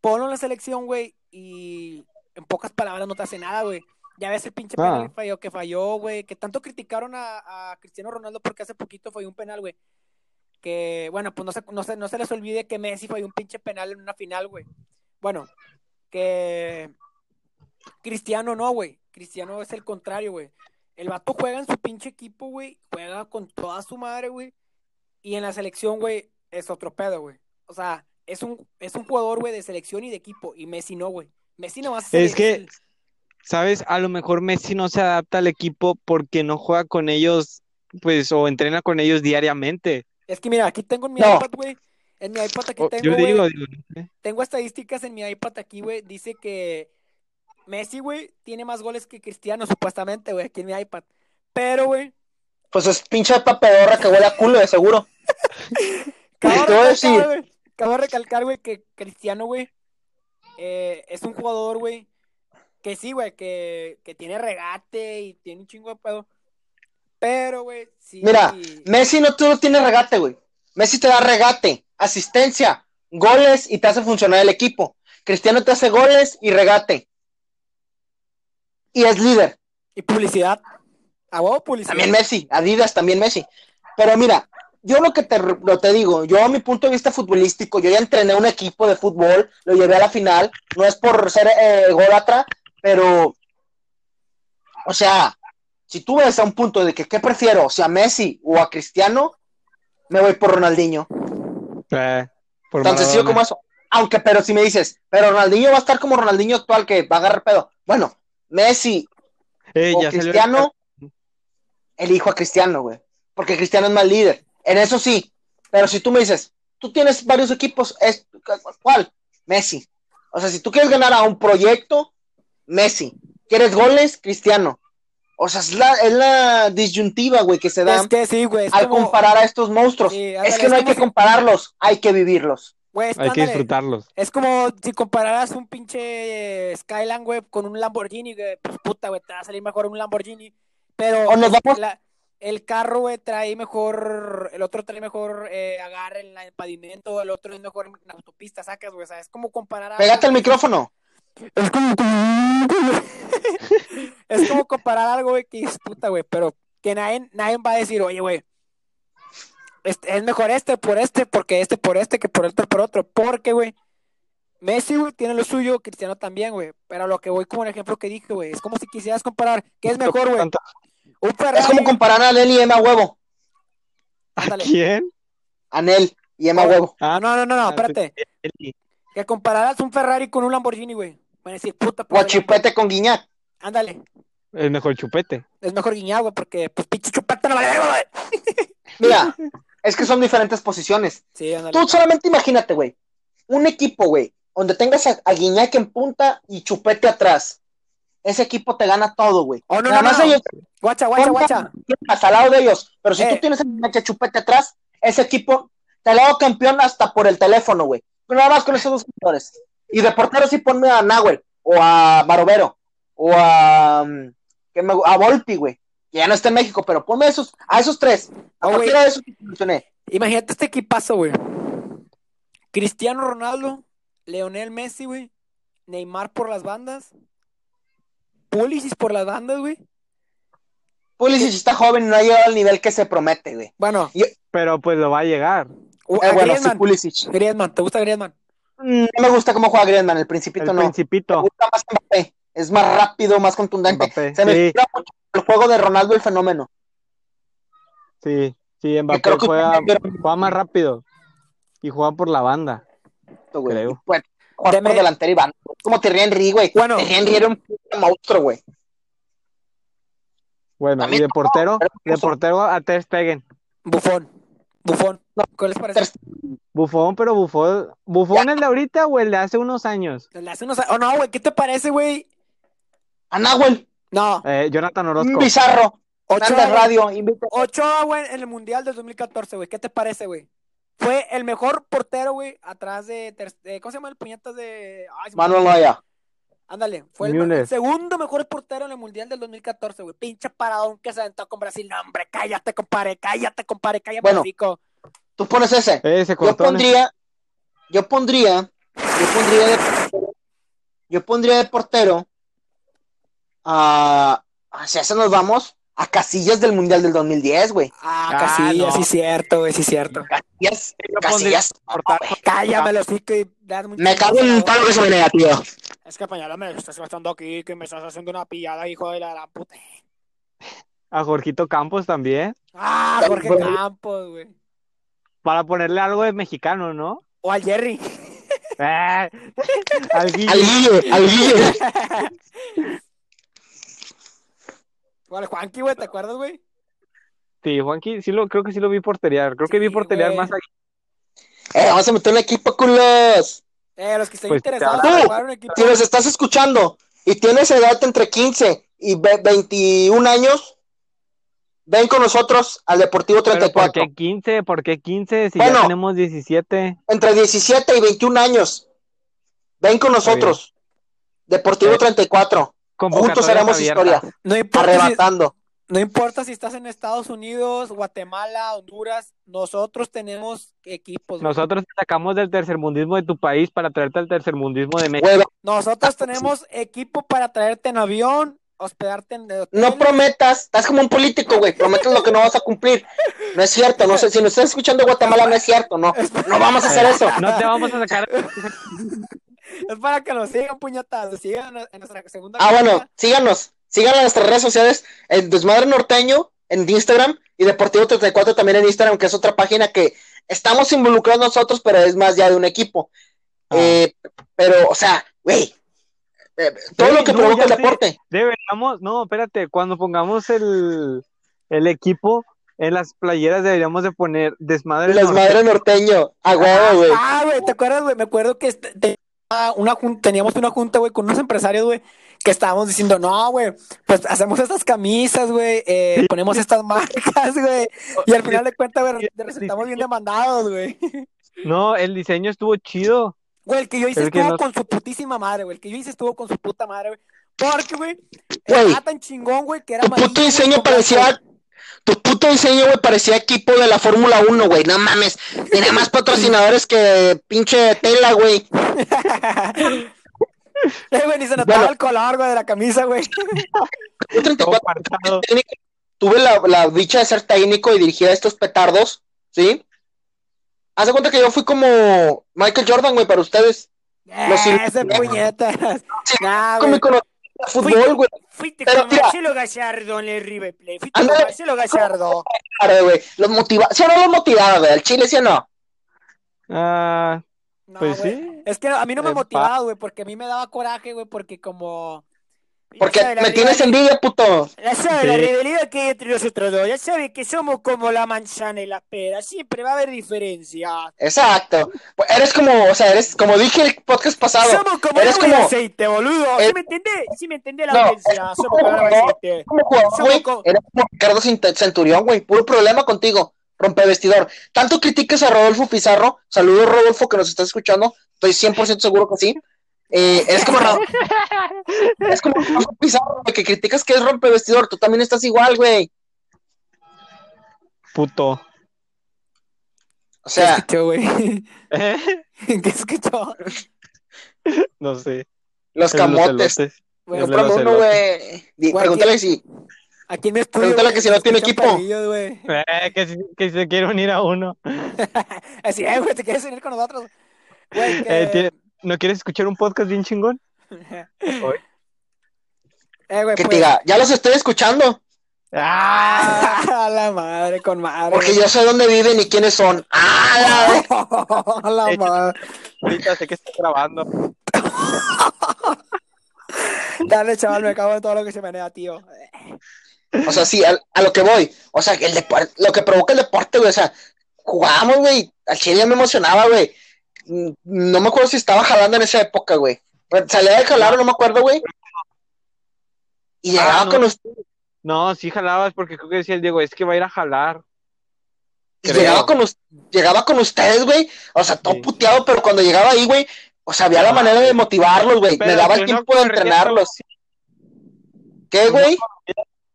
[SPEAKER 3] ponlo en la selección, güey. Y en pocas palabras no te hace nada, güey. Ya ves el pinche
[SPEAKER 2] Ah.
[SPEAKER 3] penal que falló, que falló, güey. Que tanto criticaron a, a Cristiano Ronaldo porque hace poquito falló un penal, güey. Que, bueno, pues no se, no, se, no se les olvide que Messi falló un pinche penal en una final, güey. Bueno, que Cristiano no, güey. Cristiano es el contrario, güey. El vato juega en su pinche equipo, güey. Juega con toda su madre, güey. Y en la selección, güey, es otro pedo, güey. O sea, es un, es un jugador, güey, de selección y de equipo. Y Messi no, güey. Messi no va a ser.
[SPEAKER 2] Es que- ¿Sabes? A lo mejor Messi no se adapta al equipo porque no juega con ellos, pues, o entrena con ellos diariamente.
[SPEAKER 3] Es que mira, aquí tengo en mi
[SPEAKER 1] No.
[SPEAKER 3] iPad, güey. En mi iPad aquí
[SPEAKER 2] O- Oh,
[SPEAKER 3] tengo,
[SPEAKER 2] yo
[SPEAKER 3] güey.
[SPEAKER 2] digo, digo, no sé.
[SPEAKER 3] Tengo estadísticas en mi iPad aquí, güey. Dice que Messi, güey, tiene más goles que Cristiano, supuestamente, güey, aquí en mi iPad. Pero, güey,
[SPEAKER 1] Pues es pinche papedorra que huele a culo, de seguro.
[SPEAKER 3] cabe
[SPEAKER 1] Te voy a decir.
[SPEAKER 3] recalcar, güey, cabe recalcar, güey, que Cristiano, güey, eh, es un jugador, güey, que sí, güey, que, que tiene regate y tiene un chingo de pedo. Pero, güey, sí.
[SPEAKER 1] Mira, Messi no tú no tienes regate, güey. Messi te da regate, asistencia, goles y te hace funcionar el equipo. Cristiano te hace goles y regate. Y es líder.
[SPEAKER 3] Y publicidad. A huevo, publicidad.
[SPEAKER 1] También Messi, Adidas también Messi. Pero mira, yo lo que te, lo te digo, yo a mi punto de vista futbolístico, yo ya entrené un equipo de fútbol, lo llevé a la final, no es por ser eh, ególatra, pero, o sea, si tú ves a un punto de que, ¿qué prefiero? O sea, Messi o a Cristiano, me voy por Ronaldinho.
[SPEAKER 2] Eh, por
[SPEAKER 1] Tan sencillo
[SPEAKER 2] Maradona.
[SPEAKER 1] como eso. Aunque, pero si me dices, pero Ronaldinho va a estar como Ronaldinho actual que va a agarrar pedo. Bueno, Messi
[SPEAKER 2] Eh,
[SPEAKER 1] o
[SPEAKER 2] ya salió Ricardo.
[SPEAKER 1] Cristiano, elijo a Cristiano, güey. Porque Cristiano es más líder. En eso sí. Pero si tú me dices, tú tienes varios equipos, es, ¿cuál? Messi. O sea, si tú quieres ganar a un proyecto, Messi. ¿Quieres goles? Cristiano. O sea, es la, es la disyuntiva, güey, que se da
[SPEAKER 3] Es que sí, güey. es
[SPEAKER 1] al
[SPEAKER 3] como-
[SPEAKER 1] comparar a estos monstruos.
[SPEAKER 3] Sí, ándale,
[SPEAKER 1] es que no hay
[SPEAKER 3] es
[SPEAKER 1] que
[SPEAKER 3] como si-
[SPEAKER 1] compararlos, hay que vivirlos.
[SPEAKER 3] Güey, es que
[SPEAKER 2] Hay que
[SPEAKER 3] ándale.
[SPEAKER 2] disfrutarlos.
[SPEAKER 3] Es como si compararas un pinche eh, Skyline, güey, con un Lamborghini, güey. Pues puta, güey, te va a salir mejor un Lamborghini. Pero
[SPEAKER 1] O nos
[SPEAKER 3] es-
[SPEAKER 1] vamos-
[SPEAKER 3] la- el carro, güey, trae mejor. El otro trae mejor eh, agarre en la- el pavimento. El otro es mejor en la autopista, sacas, güey. O sea, es como comparar. a-
[SPEAKER 1] Pégate el micrófono.
[SPEAKER 3] Es como. (laughs) es como comparar algo, güey, que es puta, güey. Pero que nadie, nadie va a decir, oye, güey. este- es mejor este por este, porque este por este, que por otro por otro. Porque, güey. Messi, güey, tiene lo suyo, Cristiano también, güey. Pero a lo que voy, como el ejemplo que dije, güey, es como si quisieras comparar, ¿qué es mejor, güey?
[SPEAKER 2] Tanta-
[SPEAKER 3] Un Ferrari.
[SPEAKER 1] Es como comparar a Anel y Emma Huevo.
[SPEAKER 2] ¿A
[SPEAKER 3] Ándale.
[SPEAKER 2] quién?
[SPEAKER 1] Anel y Emma Huevo.
[SPEAKER 2] Ah,
[SPEAKER 3] Ah, no, no, no, no,
[SPEAKER 2] Ah,
[SPEAKER 3] espérate.
[SPEAKER 2] Eli.
[SPEAKER 3] Que compararas un Ferrari con un Lamborghini, güey. Van a decir, puta, pues,
[SPEAKER 1] Guachipete con Guiñac.
[SPEAKER 3] Ándale.
[SPEAKER 2] el mejor chupete.
[SPEAKER 3] Es mejor guiñar, güey, porque, pues, pinche chupeta no vale, verga, güey. (laughs)
[SPEAKER 1] Mira, es que son diferentes posiciones.
[SPEAKER 3] Sí, ándale.
[SPEAKER 1] Tú solamente imagínate, güey. Un equipo, güey, donde tengas a, a Guiñac en punta y Chupete atrás. Ese equipo te gana todo, güey.
[SPEAKER 3] Oh, no,
[SPEAKER 1] Nada
[SPEAKER 3] no,
[SPEAKER 1] más
[SPEAKER 3] no.
[SPEAKER 1] ellos
[SPEAKER 3] Guacha, guacha,
[SPEAKER 1] Ponta-
[SPEAKER 3] guacha.
[SPEAKER 1] hasta al lado de ellos. Pero si
[SPEAKER 3] Eh.
[SPEAKER 1] tú tienes a Guiñac y a Chupete atrás, ese equipo te lo hago campeón hasta por el teléfono, güey. Nada más con esos dos jugadores. Y de portero sí ponme a Nahuel, o a Barovero, o a, mm, que me- a Volpi, güey. Que ya no está en México, pero ponme a esos, a esos tres. A
[SPEAKER 3] Oh, güey.
[SPEAKER 1] cualquiera de esos que mencioné.
[SPEAKER 3] Imagínate este equipazo, güey. Cristiano Ronaldo, Leonel Messi, güey. Neymar por las bandas. Pulisic por las bandas, güey.
[SPEAKER 1] Pulisic está joven y no ha llegado al nivel que se promete, güey.
[SPEAKER 3] Bueno,
[SPEAKER 2] Pero pues lo va a llegar.
[SPEAKER 3] u-
[SPEAKER 1] Eh,
[SPEAKER 3] a
[SPEAKER 1] bueno, sí,
[SPEAKER 3] Griezmann.
[SPEAKER 1] Pulisic.
[SPEAKER 3] Griezmann, ¿te gusta Griezmann?
[SPEAKER 1] Mm, No me gusta cómo juega Griezmann, el principito
[SPEAKER 2] El
[SPEAKER 1] no. Me
[SPEAKER 2] principito.
[SPEAKER 1] gusta más Mbappé. Es más rápido, más contundente.
[SPEAKER 2] Mbappé,
[SPEAKER 1] Se me
[SPEAKER 2] sí.
[SPEAKER 1] figura mucho el juego de Ronaldo el fenómeno.
[SPEAKER 2] Sí, sí, Mbappé
[SPEAKER 1] creo que
[SPEAKER 2] juega,
[SPEAKER 1] usted-
[SPEAKER 2] juega más rápido y juega por la banda.
[SPEAKER 1] güey.
[SPEAKER 2] Creo.
[SPEAKER 1] Bueno, Jugar
[SPEAKER 3] Deme-
[SPEAKER 1] por delantero y van. Como Terry Henry, güey.
[SPEAKER 3] Bueno.
[SPEAKER 1] Terry Henry era un puto monstruo, güey.
[SPEAKER 2] Bueno, y
[SPEAKER 1] También
[SPEAKER 2] de portero,
[SPEAKER 1] pero pues,
[SPEAKER 2] de
[SPEAKER 1] puso-
[SPEAKER 2] portero a Ter Stegen.
[SPEAKER 3] Bufón. Bufón. ¿Cuál les parece?
[SPEAKER 2] Bufón, pero Bufón, ¿Bufón es de ahorita o el de hace unos años?
[SPEAKER 3] Le hace unos- Oh, no, güey, ¿qué te parece, güey?
[SPEAKER 1] A Nahuel,
[SPEAKER 3] No.
[SPEAKER 2] Eh, Jonathan
[SPEAKER 1] un
[SPEAKER 2] Orozco.
[SPEAKER 1] bizarro. Grande
[SPEAKER 3] Ochoa,
[SPEAKER 1] radio, invita-
[SPEAKER 3] Ochoa, güey, en el Mundial del 2014, güey. ¿Qué te parece, güey? Fue el mejor portero, güey, atrás de, Ter- eh, ¿Cómo se llama el puñetas de...? Ay, se me-
[SPEAKER 1] Manuel Noya.
[SPEAKER 3] Ándale. Fue el,
[SPEAKER 2] Müller.
[SPEAKER 3] el segundo mejor portero en el Mundial del 2014, güey. Pinche paradón que se aventó con Brasil. No, hombre, cállate, compadre. Cállate, compadre. Cállate,
[SPEAKER 1] Bueno,
[SPEAKER 3] rico.
[SPEAKER 1] Tú pones ese.
[SPEAKER 2] Eh, se
[SPEAKER 1] Yo
[SPEAKER 2] cortó. ¿no?
[SPEAKER 1] pondría, yo pondría, yo pondría de portero, yo pondría de portero a, a- si a eso nos vamos, a Casillas del Mundial del 2010, güey.
[SPEAKER 3] Ah,
[SPEAKER 2] Ah,
[SPEAKER 3] Casillas,
[SPEAKER 2] no.
[SPEAKER 3] sí cierto, güey, sí cierto.
[SPEAKER 1] Casillas,
[SPEAKER 2] Yo pondría
[SPEAKER 1] Casillas.
[SPEAKER 2] cortar.
[SPEAKER 1] güey.
[SPEAKER 3] Cállame los hocico y dad mucho-
[SPEAKER 1] Me cago en un palo que se me nega, tío.
[SPEAKER 3] Es que pañala me estás gastando aquí, que me estás haciendo una pillada, hijo de la gran puta.
[SPEAKER 2] a Jorgito Campos también.
[SPEAKER 3] Ah,
[SPEAKER 1] Tan
[SPEAKER 3] Jorge
[SPEAKER 1] bueno.
[SPEAKER 3] Campos, güey.
[SPEAKER 2] Para ponerle algo de mexicano, ¿no? (laughs)
[SPEAKER 3] O al Jerry.
[SPEAKER 2] Eh, al Guille.
[SPEAKER 1] Al Guille, al
[SPEAKER 2] (laughs)
[SPEAKER 1] Guille.
[SPEAKER 3] O al Juanqui, güey, ¿te acuerdas, güey?
[SPEAKER 2] Sí, Juanqui, sí lo, creo que sí lo vi porterear. Creo que vi
[SPEAKER 3] Sí,
[SPEAKER 2] porterear
[SPEAKER 3] güey.
[SPEAKER 2] más aquí.
[SPEAKER 1] Eh, vamos a meter un equipo, culos.
[SPEAKER 3] Eh, los que estén
[SPEAKER 2] Pues,
[SPEAKER 3] interesados
[SPEAKER 1] claro.
[SPEAKER 3] en jugar un equipo.
[SPEAKER 1] Si nos estás escuchando y tienes edad entre 15 y ve- 21 años, ven con nosotros al Deportivo
[SPEAKER 2] Pero ¿por
[SPEAKER 1] 34.
[SPEAKER 2] qué 15? ¿Por qué 15? Si
[SPEAKER 1] Bueno.
[SPEAKER 2] ya tenemos 17.
[SPEAKER 1] entre 17 y 21 años. Ven con nosotros. Deportivo
[SPEAKER 2] Sí.
[SPEAKER 1] 34. Juntos
[SPEAKER 2] Convocatorias
[SPEAKER 1] haremos
[SPEAKER 2] abiertas.
[SPEAKER 1] historia.
[SPEAKER 3] No importa, si,
[SPEAKER 1] Arrebatando.
[SPEAKER 3] no importa si estás en Estados Unidos, Guatemala, Honduras, nosotros tenemos equipos. güey.
[SPEAKER 2] Nosotros te sacamos del tercermundismo de tu país para traerte al tercermundismo de México.
[SPEAKER 1] Hueva.
[SPEAKER 3] Nosotros tenemos equipo para traerte en avión, hospedarte en hotel.
[SPEAKER 1] No prometas. Estás como un político, güey. Prometes lo que no vas a cumplir. No es cierto. No sé. Si nos estás escuchando en Guatemala, no es cierto. No. No vamos a hacer eso.
[SPEAKER 2] No te vamos a sacar.
[SPEAKER 3] Es para que nos sigan, puñetas. Nos sigan en nuestra segunda.
[SPEAKER 1] Ah, bueno.
[SPEAKER 3] cuenta.
[SPEAKER 1] Síganos. Síganos en nuestras redes sociales. En Desmadre Norteño. En Instagram. Y Deportivo 34 también en Instagram, que es otra página que estamos involucrados nosotros, pero es más ya de un equipo.
[SPEAKER 2] Ah.
[SPEAKER 1] Eh, pero, o sea, güey. eh, todo
[SPEAKER 2] Güey,
[SPEAKER 1] lo que
[SPEAKER 2] no,
[SPEAKER 1] provoca el
[SPEAKER 2] ya sé.
[SPEAKER 1] deporte.
[SPEAKER 2] Deberíamos, no, espérate, cuando pongamos el, el equipo en las playeras deberíamos de poner desmadre.
[SPEAKER 1] Las
[SPEAKER 2] norte-
[SPEAKER 1] madres norteño, a huevo, güey.
[SPEAKER 3] Ah, güey, ¿te acuerdas, güey? Me acuerdo que este- te- ah, una jun- teníamos una junta, güey, con unos empresarios, güey, que estábamos diciendo, no, güey, pues hacemos estas camisas, güey, eh, ponemos estas marcas, (laughs) güey, y al final de cuentas, güey, re- resultamos bien demandados, güey. (laughs)
[SPEAKER 2] No, el diseño estuvo chido.
[SPEAKER 3] Güey, el que yo hice
[SPEAKER 2] Es que
[SPEAKER 3] estuvo
[SPEAKER 2] no-
[SPEAKER 3] con su putísima madre, güey, el que yo hice estuvo con su puta madre, güey, porque, güey,
[SPEAKER 1] Güey,
[SPEAKER 3] era tan chingón, güey, que era
[SPEAKER 1] Tu puto
[SPEAKER 3] amarillo,
[SPEAKER 1] diseño
[SPEAKER 3] con
[SPEAKER 1] parecía.
[SPEAKER 3] blanco.
[SPEAKER 1] Tu puto diseño, güey, parecía equipo de la Fórmula 1, güey. No mames. Tenía
[SPEAKER 2] (laughs)
[SPEAKER 1] más patrocinadores que pinche tela, güey.
[SPEAKER 3] (laughs) Eh, güey, ni se notaba
[SPEAKER 1] Bueno.
[SPEAKER 3] el color, güey, de la camisa, güey.
[SPEAKER 1] Yo
[SPEAKER 2] Todo
[SPEAKER 1] 34
[SPEAKER 2] parchado.
[SPEAKER 1] técnico. Tuve la, la dicha de ser técnico y dirigir a estos petardos, ¿sí? Haz de cuenta que yo fui como Michael Jordan, güey, para ustedes. (laughs) Lo
[SPEAKER 3] Eh, ese
[SPEAKER 1] sirvió.
[SPEAKER 3] puñetas. Nah,
[SPEAKER 1] Con
[SPEAKER 3] güey.
[SPEAKER 1] mi conocimiento de fútbol, güey.
[SPEAKER 3] Fuiste
[SPEAKER 1] Pero
[SPEAKER 3] con
[SPEAKER 1] mira.
[SPEAKER 3] Marcelo Gallardo en el River Plate. Fuiste
[SPEAKER 1] Ándale.
[SPEAKER 3] con Marcelo Gallardo.
[SPEAKER 1] Claro, güey. Los motiva... ¿Sí o no los motivaba, güey? ¿Al Chile sí o no?
[SPEAKER 2] Ah,
[SPEAKER 3] No,
[SPEAKER 2] pues
[SPEAKER 3] güey.
[SPEAKER 2] sí.
[SPEAKER 3] Es que a mí no me
[SPEAKER 2] Eh,
[SPEAKER 3] motivaba, güey, porque a mí me daba coraje, güey, porque como... Ya
[SPEAKER 1] Porque
[SPEAKER 3] sabe, la
[SPEAKER 1] me tienes
[SPEAKER 3] rivalidad-
[SPEAKER 1] envidia, puto.
[SPEAKER 3] Ya sabe, la
[SPEAKER 2] Sí.
[SPEAKER 3] rivalidad que hay entre nosotros dos. Ya sabes que somos como la manzana y la pera. Siempre va a haber diferencia.
[SPEAKER 1] Exacto. Pues Eres como, o sea, eres, como dije el podcast pasado.
[SPEAKER 3] Somos como el
[SPEAKER 1] eres
[SPEAKER 3] agua y el
[SPEAKER 1] como-
[SPEAKER 3] aceite, boludo.
[SPEAKER 1] Eh,
[SPEAKER 3] ¿Sí me entendés? ¿Sí me entendés la
[SPEAKER 1] no,
[SPEAKER 3] audiencia?
[SPEAKER 1] es
[SPEAKER 3] Somos como el agua y el
[SPEAKER 1] como-
[SPEAKER 3] aceite.
[SPEAKER 1] como jugador,
[SPEAKER 3] Somos
[SPEAKER 1] güey,
[SPEAKER 3] como-
[SPEAKER 1] Eres como Ricardo Cint- Centurión, güey. Puro problema contigo. Rompevestidor. Tanto critiques a Rodolfo Pizarro. Saludos, Rodolfo, que nos estás escuchando. Estoy 100% seguro que sí. Eh, eres como Ra- Es como Rodolfo Pizarro, güey, que criticas que es rompevestidor. Tú también estás igual, güey.
[SPEAKER 2] Puto. (laughs)
[SPEAKER 1] O sea,
[SPEAKER 3] escuchó, güey? (laughs)
[SPEAKER 2] Eh,
[SPEAKER 3] ¿Qué escuchó?
[SPEAKER 2] No sé.
[SPEAKER 1] los
[SPEAKER 2] El de los
[SPEAKER 1] camotes.
[SPEAKER 2] elotes.
[SPEAKER 3] Bueno,
[SPEAKER 2] El de los
[SPEAKER 1] Camote,
[SPEAKER 2] elotes.
[SPEAKER 1] güey. Di-
[SPEAKER 3] Güey,
[SPEAKER 1] Pregúntale si.
[SPEAKER 3] Aquí en mi estudio.
[SPEAKER 1] Pregúntale
[SPEAKER 3] güey,
[SPEAKER 1] que si no
[SPEAKER 3] se
[SPEAKER 1] tiene
[SPEAKER 3] escuchan
[SPEAKER 1] equipo.
[SPEAKER 3] parillos, güey.
[SPEAKER 2] Eh, que, si- que si se quiere unir a uno.
[SPEAKER 3] Así es, Eh, güey, te quieres venir con nosotros.
[SPEAKER 1] (laughs)
[SPEAKER 3] Güey, que...
[SPEAKER 2] Eh, tiene- ¿No quieres escuchar un podcast bien chingón?
[SPEAKER 3] (laughs) Eh, güey,
[SPEAKER 1] Que
[SPEAKER 3] pues,
[SPEAKER 1] te diga, ya los estoy escuchando.
[SPEAKER 2] ¡Ah!
[SPEAKER 3] (laughs) A la madre, con madre.
[SPEAKER 1] Porque yo sé dónde viven y quiénes son. ¡Ah! la ve-
[SPEAKER 3] (laughs) A
[SPEAKER 1] Eh,
[SPEAKER 3] la madre.
[SPEAKER 2] Ahorita sé que está grabando.
[SPEAKER 3] Dale, chaval, me cago en todo lo que se menea, tío.
[SPEAKER 1] O sea, sí, al- a, lo que voy. O sea, el deporte, lo que provoca el deporte, güey. O sea, jugábamos, güey. Al chile ya me emocionaba, güey. Mm, No me acuerdo si estaba jalando en esa época, güey. Pero Salía de jalar, no me acuerdo, güey. Y llegaba
[SPEAKER 2] Ah, no.
[SPEAKER 1] con los,
[SPEAKER 2] No, sí jalabas porque creo que decía el Diego, es que va a ir a jalar.
[SPEAKER 1] y llegaba con los, llegaba con ustedes, güey. O sea, todo
[SPEAKER 2] Sí.
[SPEAKER 1] puteado, pero cuando llegaba ahí, güey, o sea, había la
[SPEAKER 2] Ah.
[SPEAKER 1] manera de motivarlos, güey. Me
[SPEAKER 2] Pero
[SPEAKER 1] daba
[SPEAKER 2] tú
[SPEAKER 1] el
[SPEAKER 2] no
[SPEAKER 1] tiempo de
[SPEAKER 2] corrías,
[SPEAKER 1] entrenarlos. ¿Qué,
[SPEAKER 2] Tú no
[SPEAKER 1] güey?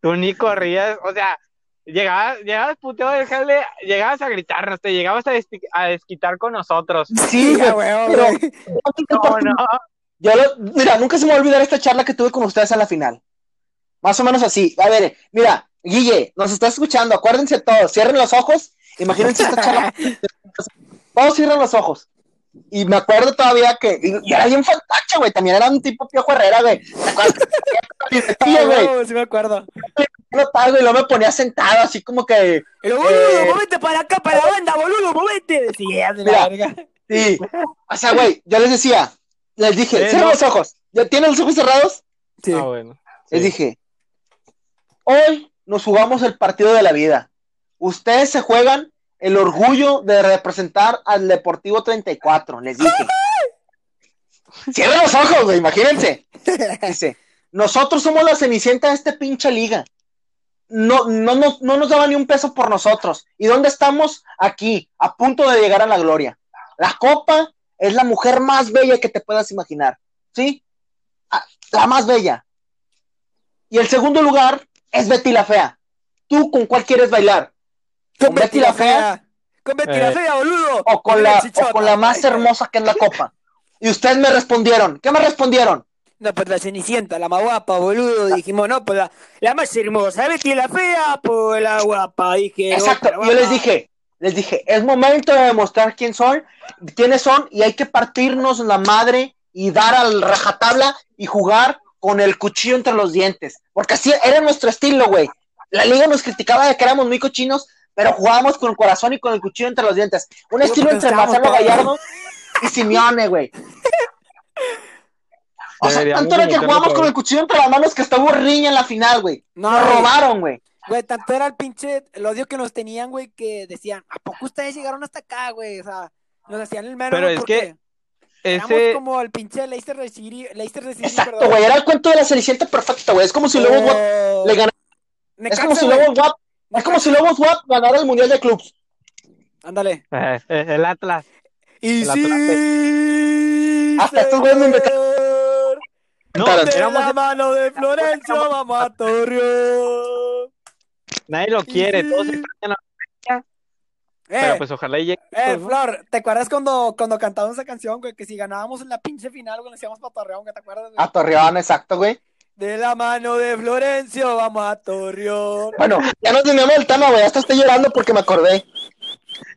[SPEAKER 2] Tú ni corrías, o sea, llegabas, llegabas puteado del jale, llegabas a gritarnos, te llegabas a, desti- a desquitar con nosotros.
[SPEAKER 1] Sí,
[SPEAKER 3] (laughs) Ya,
[SPEAKER 1] güey.
[SPEAKER 3] huevo,
[SPEAKER 1] pero-
[SPEAKER 3] güey.
[SPEAKER 2] No, no,
[SPEAKER 1] Yo lo- mira, nunca se me va a olvidar esta charla que tuve con ustedes a la final. Más o menos así. A ver, mira, Guille, nos está escuchando, acuérdense todos, cierren los ojos, imagínense esta
[SPEAKER 2] (laughs)
[SPEAKER 1] charla. todos cierren los ojos. Y me acuerdo todavía que, y, y era bien fantacho, güey, también era un tipo Piojo Herrera, güey. ¿Te acuerdas? Sí,
[SPEAKER 3] Ah,
[SPEAKER 2] (laughs)
[SPEAKER 1] güey,
[SPEAKER 3] huevo, sí me acuerdo.
[SPEAKER 1] no tardo y luego me ponía sentado, así como que,
[SPEAKER 3] Y luego, boludo,
[SPEAKER 1] Eh.
[SPEAKER 3] móvete para acá, para la banda, boludo, móvete. Sí, ya, de
[SPEAKER 1] Mira.
[SPEAKER 3] la verga.
[SPEAKER 1] sí. O sea, güey, yo les decía, les dije,
[SPEAKER 2] Eh,
[SPEAKER 1] cierren
[SPEAKER 2] no.
[SPEAKER 1] los ojos. ¿Ya tienen los ojos cerrados?
[SPEAKER 3] Sí.
[SPEAKER 2] Ah, bueno.
[SPEAKER 1] Les
[SPEAKER 2] Sí.
[SPEAKER 1] dije, hoy nos jugamos el partido de la vida. Ustedes se juegan el orgullo de representar al Deportivo 34, les dije. Cierren los ojos, güey, imagínense. Dice, nosotros somos la cenicienta de este pinche liga. No, no, nos- no nos daban ni un peso por nosotros. ¿Y dónde estamos? Aquí, a punto de llegar a la gloria. La copa es la mujer más bella que te puedas imaginar. ¿Sí? Ah, La más bella. Y el segundo lugar es Betty la Fea. ¿Tú con cuál quieres bailar?
[SPEAKER 3] Con
[SPEAKER 1] Con Betty
[SPEAKER 3] Betty
[SPEAKER 1] la
[SPEAKER 3] la fea. Con Betty la
[SPEAKER 2] Eh.
[SPEAKER 3] fea, boludo.
[SPEAKER 1] ¿O con,
[SPEAKER 3] Mira,
[SPEAKER 1] la,
[SPEAKER 3] chichota.
[SPEAKER 1] o con la más hermosa que es la copa? Y ustedes me respondieron. ¿Qué me respondieron?
[SPEAKER 3] No, pues la Cenicienta, la más guapa, boludo.
[SPEAKER 1] Ah.
[SPEAKER 3] Dijimos, no, pues la, la más hermosa. Betty la fea, pues la guapa. Dije, "Oh,
[SPEAKER 1] Exacto,
[SPEAKER 3] otra
[SPEAKER 1] yo les
[SPEAKER 3] guapa.
[SPEAKER 1] dije, les dije, es momento de demostrar quién son, quiénes son, y hay que partirnos la madre y dar al rajatabla y jugar con el cuchillo entre los dientes, porque así era nuestro estilo, güey. La liga nos criticaba de que éramos muy cochinos, pero jugábamos con el corazón y con el cuchillo entre los dientes. Un
[SPEAKER 3] Yo
[SPEAKER 1] estilo entre
[SPEAKER 3] pensaba,
[SPEAKER 1] Marcelo
[SPEAKER 3] pero-
[SPEAKER 1] Gallardo y Simeone, güey. O sea,
[SPEAKER 2] Deberíamos
[SPEAKER 1] tanto era que
[SPEAKER 2] inventarlo
[SPEAKER 1] jugamos
[SPEAKER 2] otra
[SPEAKER 1] con
[SPEAKER 2] vez.
[SPEAKER 1] el cuchillo entre las manos que estuvo riña en la final, güey.
[SPEAKER 3] No,
[SPEAKER 1] Nos
[SPEAKER 3] güey.
[SPEAKER 1] robaron, güey.
[SPEAKER 3] Güey, tanto era el pinche, el odio que nos tenían, güey, que decían, ¿a poco ustedes llegaron hasta acá, güey? O sea, nos hacían el mero.
[SPEAKER 2] Pero
[SPEAKER 3] güey,
[SPEAKER 2] es
[SPEAKER 3] porque
[SPEAKER 2] que
[SPEAKER 3] éramos
[SPEAKER 2] Ese,
[SPEAKER 3] como el pinche Leicester de City, Leicester de City,
[SPEAKER 1] Exacto,
[SPEAKER 3] perdón.
[SPEAKER 1] güey. Era el cuento de la Cenicienta perfecta, güey. Es como si luego
[SPEAKER 3] Pero-
[SPEAKER 1] le ganara- Es
[SPEAKER 3] Necaxa,
[SPEAKER 1] como si
[SPEAKER 3] güey.
[SPEAKER 1] Lobos WAP. Es como si Lobos WAP ganara el Mundial de Clubs.
[SPEAKER 3] Ándale.
[SPEAKER 2] eh, eh, el Atlas.
[SPEAKER 3] Y
[SPEAKER 2] El
[SPEAKER 3] sí.
[SPEAKER 1] Hasta estos güeyes me
[SPEAKER 3] señor,
[SPEAKER 2] No,
[SPEAKER 1] Tarantino.
[SPEAKER 3] de
[SPEAKER 2] éramos-
[SPEAKER 3] la mano de Florencio vamos a Torreón.
[SPEAKER 2] nadie lo quiere,
[SPEAKER 3] Sí.
[SPEAKER 2] todos extrañan a-
[SPEAKER 3] Eh,
[SPEAKER 2] Pero pues ojalá y llegue.
[SPEAKER 3] eh, Flor, ¿te acuerdas cuando, cuando cantábamos esa canción, güey? Que si ganábamos en la pinche final, güey, nos íbamos para Torreón, güey, ¿te acuerdas? güey?
[SPEAKER 1] A Ah, Torreón, exacto, güey.
[SPEAKER 3] De la mano de Florencio vamos a Torreón.
[SPEAKER 1] Bueno, ya nos tenemos el tema, güey. Hasta estoy llorando porque me acordé.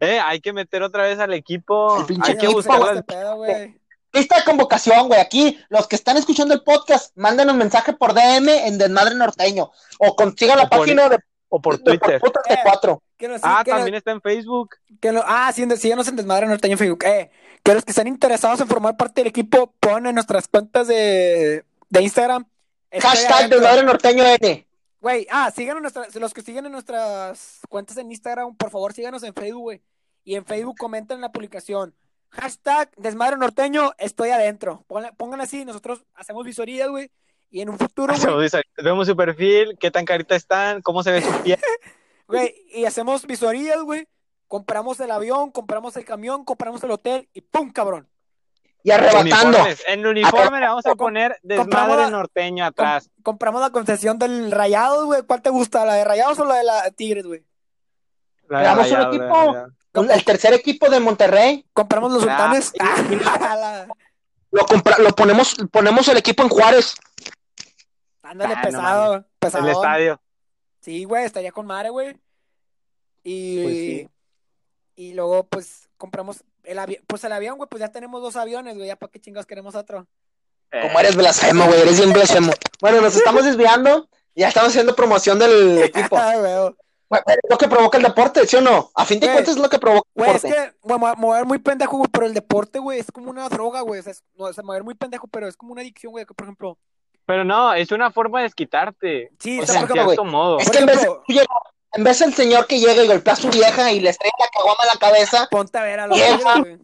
[SPEAKER 2] Eh, hay que meter otra vez al equipo.
[SPEAKER 1] El pinche
[SPEAKER 2] Hay que
[SPEAKER 3] Ay,
[SPEAKER 2] buscar
[SPEAKER 3] güey,
[SPEAKER 2] las-
[SPEAKER 3] este pedo,
[SPEAKER 1] Oh.
[SPEAKER 3] güey.
[SPEAKER 1] Esta convocación, güey. Aquí, los que están escuchando el podcast, mándenos mensaje por DM en Desmadre Norteño. O consigan la
[SPEAKER 2] O por-
[SPEAKER 1] página de,
[SPEAKER 2] o por
[SPEAKER 1] de
[SPEAKER 2] Twitter.
[SPEAKER 1] Putas de
[SPEAKER 3] Eh.
[SPEAKER 1] Cuatro.
[SPEAKER 3] Que nos,
[SPEAKER 2] Ah,
[SPEAKER 3] que nos-
[SPEAKER 2] también está en Facebook.
[SPEAKER 3] que no- ah, sí, en- síganos en Desmadre Norteño en Facebook. Eh, que los que están interesados en formar parte del equipo, pon en nuestras cuentas de, de Instagram. Estoy
[SPEAKER 1] Hashtag
[SPEAKER 3] adentro.
[SPEAKER 1] Desmadre Norteño N.
[SPEAKER 3] Güey, ah, síganos nuestras, los que siguen en nuestras cuentas en Instagram, por favor, síganos en Facebook, güey. Y en Facebook comenten la publicación. Hashtag Desmadre Norteño, estoy adentro. Ponle- Pongan así, nosotros hacemos visorías, güey. Y en un futuro, güey,
[SPEAKER 2] Hacemos visual- (laughs) Vemos su perfil, qué tan carita están, cómo se ve su piel.
[SPEAKER 3] Güey, y hacemos visorías, güey. Compramos el avión, compramos el camión, compramos el hotel y ¡pum, cabrón!
[SPEAKER 1] Y arrebatando.
[SPEAKER 2] Uniformes. En uniforme le vamos a poner
[SPEAKER 3] compramos
[SPEAKER 2] desmadre
[SPEAKER 3] la-
[SPEAKER 2] norteño atrás.
[SPEAKER 3] Compramos la concesión del Rayados, güey. ¿Cuál te gusta? ¿La de Rayados o la de la Tigres, güey?
[SPEAKER 2] La
[SPEAKER 1] Le damos un
[SPEAKER 2] rayada,
[SPEAKER 1] equipo.
[SPEAKER 2] la rayada.
[SPEAKER 1] Un- El tercer equipo de Monterrey.
[SPEAKER 3] Compramos los
[SPEAKER 2] Ah,
[SPEAKER 3] sultanes.
[SPEAKER 2] sí,
[SPEAKER 3] (laughs) Ah, la-
[SPEAKER 1] Lo, compra- lo ponemos, ponemos el equipo en Juárez.
[SPEAKER 3] Ándale,
[SPEAKER 2] Ah, no
[SPEAKER 3] pesado, pesado.
[SPEAKER 2] El estadio.
[SPEAKER 3] Sí, güey, estaría con madre, güey. Y,
[SPEAKER 2] Pues sí.
[SPEAKER 3] y luego, pues, compramos el avión. Pues el avión, güey, pues ya tenemos dos aviones, güey. ¿Ya para
[SPEAKER 2] (laughs)
[SPEAKER 3] qué chingados queremos otro?
[SPEAKER 4] Eh,
[SPEAKER 1] Como eres blasfemo, güey, eres bien blasfemo. Bueno, nos estamos desviando. Ya estamos haciendo promoción del equipo.
[SPEAKER 3] Ah, güey.
[SPEAKER 1] Güey, pero es lo que provoca el deporte, ¿sí o no? A fin de
[SPEAKER 3] Güey.
[SPEAKER 1] cuentas es lo que provoca el
[SPEAKER 3] Güey, es
[SPEAKER 1] deporte.
[SPEAKER 3] que mover muy pendejo, güey, pero el deporte, güey, es como una droga, güey. O sea, es- no, o sea, mover muy pendejo, pero es como una adicción, güey. que, Por ejemplo,
[SPEAKER 4] Pero no, es una forma de desquitarte.
[SPEAKER 3] sí,
[SPEAKER 1] O
[SPEAKER 4] O
[SPEAKER 3] o
[SPEAKER 1] sea,
[SPEAKER 4] sea, en
[SPEAKER 1] por
[SPEAKER 3] ejemplo,
[SPEAKER 1] ejemplo,
[SPEAKER 4] cierto modo.
[SPEAKER 1] Es
[SPEAKER 3] Por
[SPEAKER 1] que en vez, de,
[SPEAKER 3] ejemplo-
[SPEAKER 1] tú llegas- en vez del señor que llega y golpea a su vieja y le estrella la caguama en la cabeza,
[SPEAKER 3] ponte a ver a la
[SPEAKER 1] Vieja.
[SPEAKER 3] verga, güey.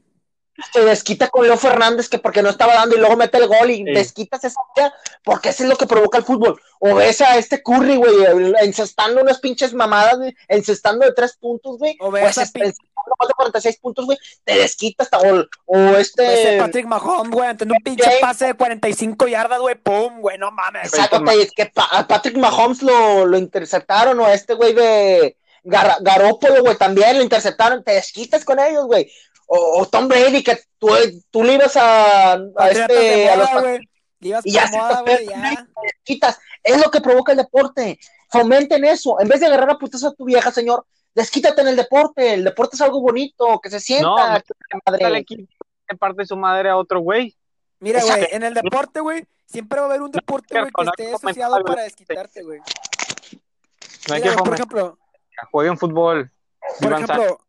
[SPEAKER 1] te desquita con Leo Fernández que porque no estaba dando y luego mete el gol y
[SPEAKER 4] Sí.
[SPEAKER 1] desquitas esa idea porque eso es lo que provoca el fútbol. O ves a este Curry, güey, el- encestando unas pinches mamadas, güey, encestando de tres puntos, güey.
[SPEAKER 3] O
[SPEAKER 1] O
[SPEAKER 3] ves
[SPEAKER 1] ese-
[SPEAKER 3] a pin-
[SPEAKER 1] encestando más de 46 puntos, güey, te desquitas. O, o
[SPEAKER 3] Ese
[SPEAKER 1] este...
[SPEAKER 3] Patrick Mahomes, güey, ante un pinche
[SPEAKER 1] James-
[SPEAKER 3] pase de 45 yardas, güey, pum, güey, no mames. güey.
[SPEAKER 1] Exacto, güey, es que pa- a Patrick Mahomes lo, lo interceptaron, o a este güey de Gar- Garópolo, güey, también lo interceptaron, te desquitas con ellos, güey. O, o Tom Brady, que tú, tú le ibas a, a
[SPEAKER 3] Patriotas
[SPEAKER 1] este,
[SPEAKER 3] de
[SPEAKER 1] a los
[SPEAKER 3] moda, güey. Llevas
[SPEAKER 1] y ya
[SPEAKER 3] por
[SPEAKER 1] se
[SPEAKER 3] moda,
[SPEAKER 1] te
[SPEAKER 3] güey, ya.
[SPEAKER 1] desquitas. Es lo que provoca el deporte. Fomenten eso. En vez de agarrar a putazo a tu vieja, señor, desquítate en el deporte. El deporte es algo bonito, que se sienta.
[SPEAKER 4] No,
[SPEAKER 1] que madre.
[SPEAKER 4] Dale aquí, te parte su madre a otro güey.
[SPEAKER 3] Mira,
[SPEAKER 1] Exacto.
[SPEAKER 3] güey, en el deporte, güey, siempre va a haber un deporte, güey,
[SPEAKER 4] cierto, no
[SPEAKER 3] que
[SPEAKER 4] hay que
[SPEAKER 3] esté
[SPEAKER 4] comentar
[SPEAKER 3] asociado
[SPEAKER 4] algo.
[SPEAKER 3] para desquitarte, güey.
[SPEAKER 4] No hay
[SPEAKER 3] Mira,
[SPEAKER 4] que
[SPEAKER 3] por
[SPEAKER 4] fomentar,
[SPEAKER 3] ejemplo,
[SPEAKER 4] jueguen fútbol.
[SPEAKER 3] Por
[SPEAKER 4] Vivan sano.
[SPEAKER 3] ejemplo,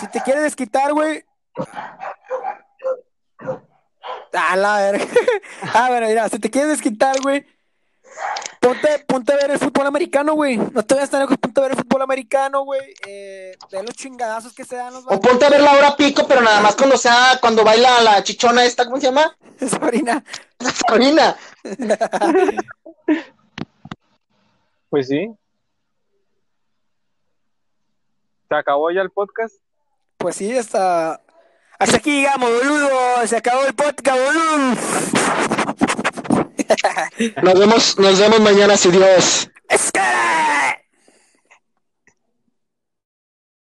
[SPEAKER 3] si te quieres desquitar, güey. A la verga. (laughs) Ah, bueno, mira, si te quieres desquitar, güey. Ponte, ponte a ver el fútbol americano, güey. No te veas tan lejos, ponte a ver el fútbol americano, güey. Eh, ve los chingadazos que se dan los
[SPEAKER 1] O ponte a ver la hora pico, pero nada más cuando sea, cuando baila la chichona esta, ¿cómo se llama?
[SPEAKER 3] Sabrina.
[SPEAKER 1] Carolina.
[SPEAKER 4] Pues sí. ¿Se acabó ya el podcast?
[SPEAKER 3] Pues sí, hasta. Hasta aquí llegamos, boludo. Se acabó el podcast, boludo.
[SPEAKER 1] Nos vemos, nos vemos mañana si Dios.
[SPEAKER 3] ¡Escara!